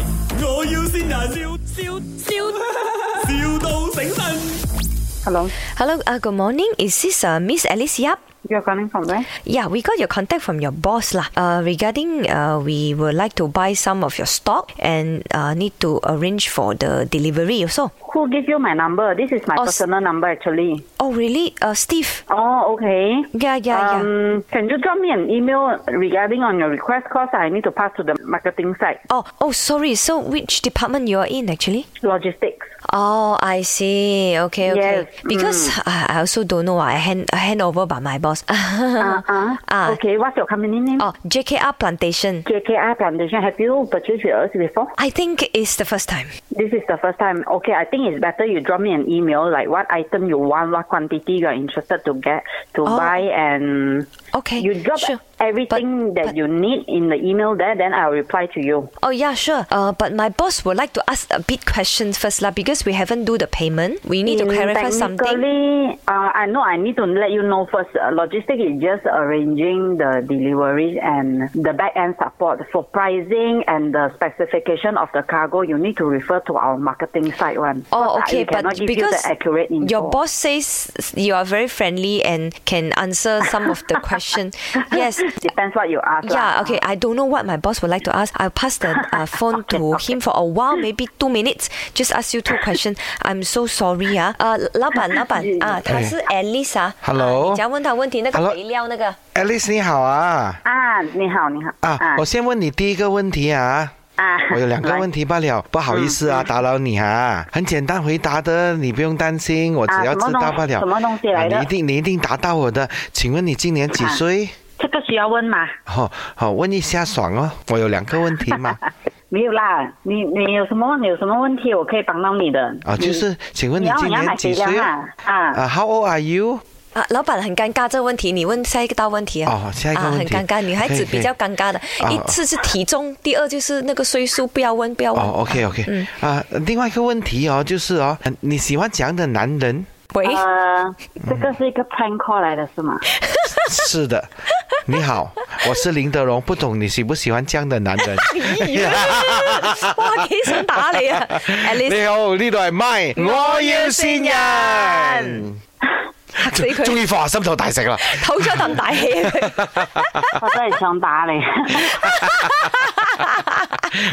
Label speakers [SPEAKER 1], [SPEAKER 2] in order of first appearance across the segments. [SPEAKER 1] 我要先人，笑笑笑，,笑到醒神。
[SPEAKER 2] Hello,
[SPEAKER 3] Hello, uh, good morning. Is this uh, Miss Alice Yap?
[SPEAKER 2] you're calling from where?
[SPEAKER 3] Yeah, we got your contact from your boss lah. Uh, regarding, uh, we would like to buy some of your stock and uh, need to arrange for the delivery also.
[SPEAKER 2] Who gave you my number? This is my
[SPEAKER 3] Oh, s-
[SPEAKER 2] personal number actually.
[SPEAKER 3] Oh, really? Uh, Steve?
[SPEAKER 2] Oh, okay.
[SPEAKER 3] Yeah, yeah, yeah.
[SPEAKER 2] Um, can you drop me an email regarding on your request? Cause I need to pass to the marketing side,
[SPEAKER 3] Oh, oh, sorry. So, which department you are in actually?
[SPEAKER 2] logistics.
[SPEAKER 3] Oh, I see. Okay, okay. Hmm.
[SPEAKER 2] Yes,
[SPEAKER 3] Because uh, I, I also don't know. I hand I hand over by my boss.
[SPEAKER 2] Uh, uh,
[SPEAKER 3] Ah.
[SPEAKER 2] Okay, what's your company name?
[SPEAKER 3] oh, JKR Plantation.
[SPEAKER 2] JKR Plantation. Have you purchased with us before?
[SPEAKER 3] I think it's the first time.
[SPEAKER 2] This is the first time. Okay, I think it's better you drop me an email, like what item you want, what quantity you're interested to get, to buy, and
[SPEAKER 3] Oh. Okay.
[SPEAKER 2] you drop
[SPEAKER 3] sure.
[SPEAKER 2] everything
[SPEAKER 3] But-
[SPEAKER 2] that you need in the email there, then I'll reply to you.
[SPEAKER 3] Oh yeah, sure. Uh, but my boss would like to ask a bit questions first lah because we haven't do the payment. We need to
[SPEAKER 2] In
[SPEAKER 3] clarify something.
[SPEAKER 2] Mm, Technically, uh, I know I need to let you know first. Uh, logistics is just arranging the deliveries and the back end support for pricing and the specification of the cargo. You need to refer to our marketing site one.
[SPEAKER 3] Oh,
[SPEAKER 2] Because I
[SPEAKER 3] okay,
[SPEAKER 2] cannot
[SPEAKER 3] but
[SPEAKER 2] give you
[SPEAKER 3] because
[SPEAKER 2] the accurate info.
[SPEAKER 3] your boss says you are very friendly and can answer some of the questions. Yes.
[SPEAKER 2] depends what you ask.
[SPEAKER 3] Yeah,
[SPEAKER 2] lah.
[SPEAKER 3] okay. I don't know what my boss would like to ask. I'll pass the uh, phone
[SPEAKER 2] Okay,
[SPEAKER 3] to
[SPEAKER 2] okay.
[SPEAKER 3] him for a while, maybe two minutes. Just ask you two questions. I'm so sorry ah. Uh, 啊。呃，老板，老板 啊，他是 Ah, Alice ah. 啊。
[SPEAKER 4] Hello
[SPEAKER 3] 啊你只要问他问题，那个
[SPEAKER 4] Hello
[SPEAKER 3] 肥料那个。
[SPEAKER 4] Alice 你好啊
[SPEAKER 2] 啊，Ah, 你好，Ah, 你好
[SPEAKER 4] 啊！我先问你第一个问题啊。
[SPEAKER 2] 啊
[SPEAKER 4] Ah, oh, 我有两个
[SPEAKER 2] 来嗯
[SPEAKER 4] 问题罢了，不好意思啊，打扰你啊，很简单回答的，你不用担心，我只
[SPEAKER 2] 啊
[SPEAKER 4] 要
[SPEAKER 2] 什么
[SPEAKER 4] 知道
[SPEAKER 2] 东
[SPEAKER 4] 罢了。
[SPEAKER 2] 什么东西
[SPEAKER 4] 啊
[SPEAKER 2] 来的啊
[SPEAKER 4] 你一定你一定答到我的。请问你今年几岁？
[SPEAKER 2] 这个需要问吗？
[SPEAKER 4] 好好、问一下爽哦，我有两个问题 嘛，
[SPEAKER 2] 没有啦，你你有什么你有什么问题，我可以帮到你的。
[SPEAKER 4] 啊，就是请问
[SPEAKER 2] 你要
[SPEAKER 4] 今
[SPEAKER 2] 你要买
[SPEAKER 4] 年
[SPEAKER 2] 肥
[SPEAKER 4] 几
[SPEAKER 2] 料
[SPEAKER 4] 岁
[SPEAKER 2] 啊？啊
[SPEAKER 4] 啊，How old are you？
[SPEAKER 3] 啊，老板很尴尬这个问题，你问下一个道问题啊。
[SPEAKER 4] 哦下一个问题
[SPEAKER 3] 啊、很尴尬，女孩
[SPEAKER 4] 可
[SPEAKER 3] 子
[SPEAKER 4] 以可以
[SPEAKER 3] 比较尴尬的，
[SPEAKER 4] 哦
[SPEAKER 3] 一次是体重，第二就是那个岁数，不要问，不要问。
[SPEAKER 4] 哦，OK
[SPEAKER 2] 嗯
[SPEAKER 4] OK，啊，另外一个问题哦，就是哦，你喜欢怎样的男人？
[SPEAKER 3] 喂，
[SPEAKER 2] 呃，这个是一个 prank call 来的是 吗？
[SPEAKER 4] 是的，你好，我是林德荣，不懂你喜不喜欢这样的男人？
[SPEAKER 3] 哇，几想打你 啊，Alice，
[SPEAKER 4] 你好，呢度系麦，我要先人，
[SPEAKER 3] 嚇死佢
[SPEAKER 4] 终於放下心頭大石啦！
[SPEAKER 3] 唞咗啖大氣。
[SPEAKER 2] 我真系想打你。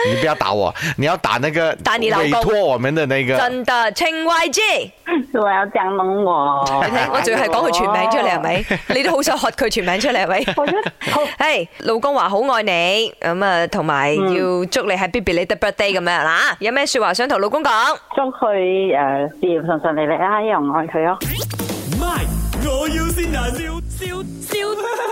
[SPEAKER 4] 你不要打我，你要打那个
[SPEAKER 3] 打你老公
[SPEAKER 4] 委托我们的那个。
[SPEAKER 3] 真的，清 YG，
[SPEAKER 2] 我要讲弄我。
[SPEAKER 3] 你
[SPEAKER 4] 哎
[SPEAKER 3] 睇我仲要係講佢全名出嚟係咪？你都好想喝佢全名出 嚟係咪？
[SPEAKER 2] 我一好
[SPEAKER 3] 诶，老公話好愛你，咁啊，同埋
[SPEAKER 4] 嗯
[SPEAKER 3] 要祝你 Happy belated birthday 咁樣啦，有咩说話想同老公講？
[SPEAKER 2] 祝佢诶事业顺哦顺利利啊，一樣愛佢咯。
[SPEAKER 1] My，我要先人，笑笑笑。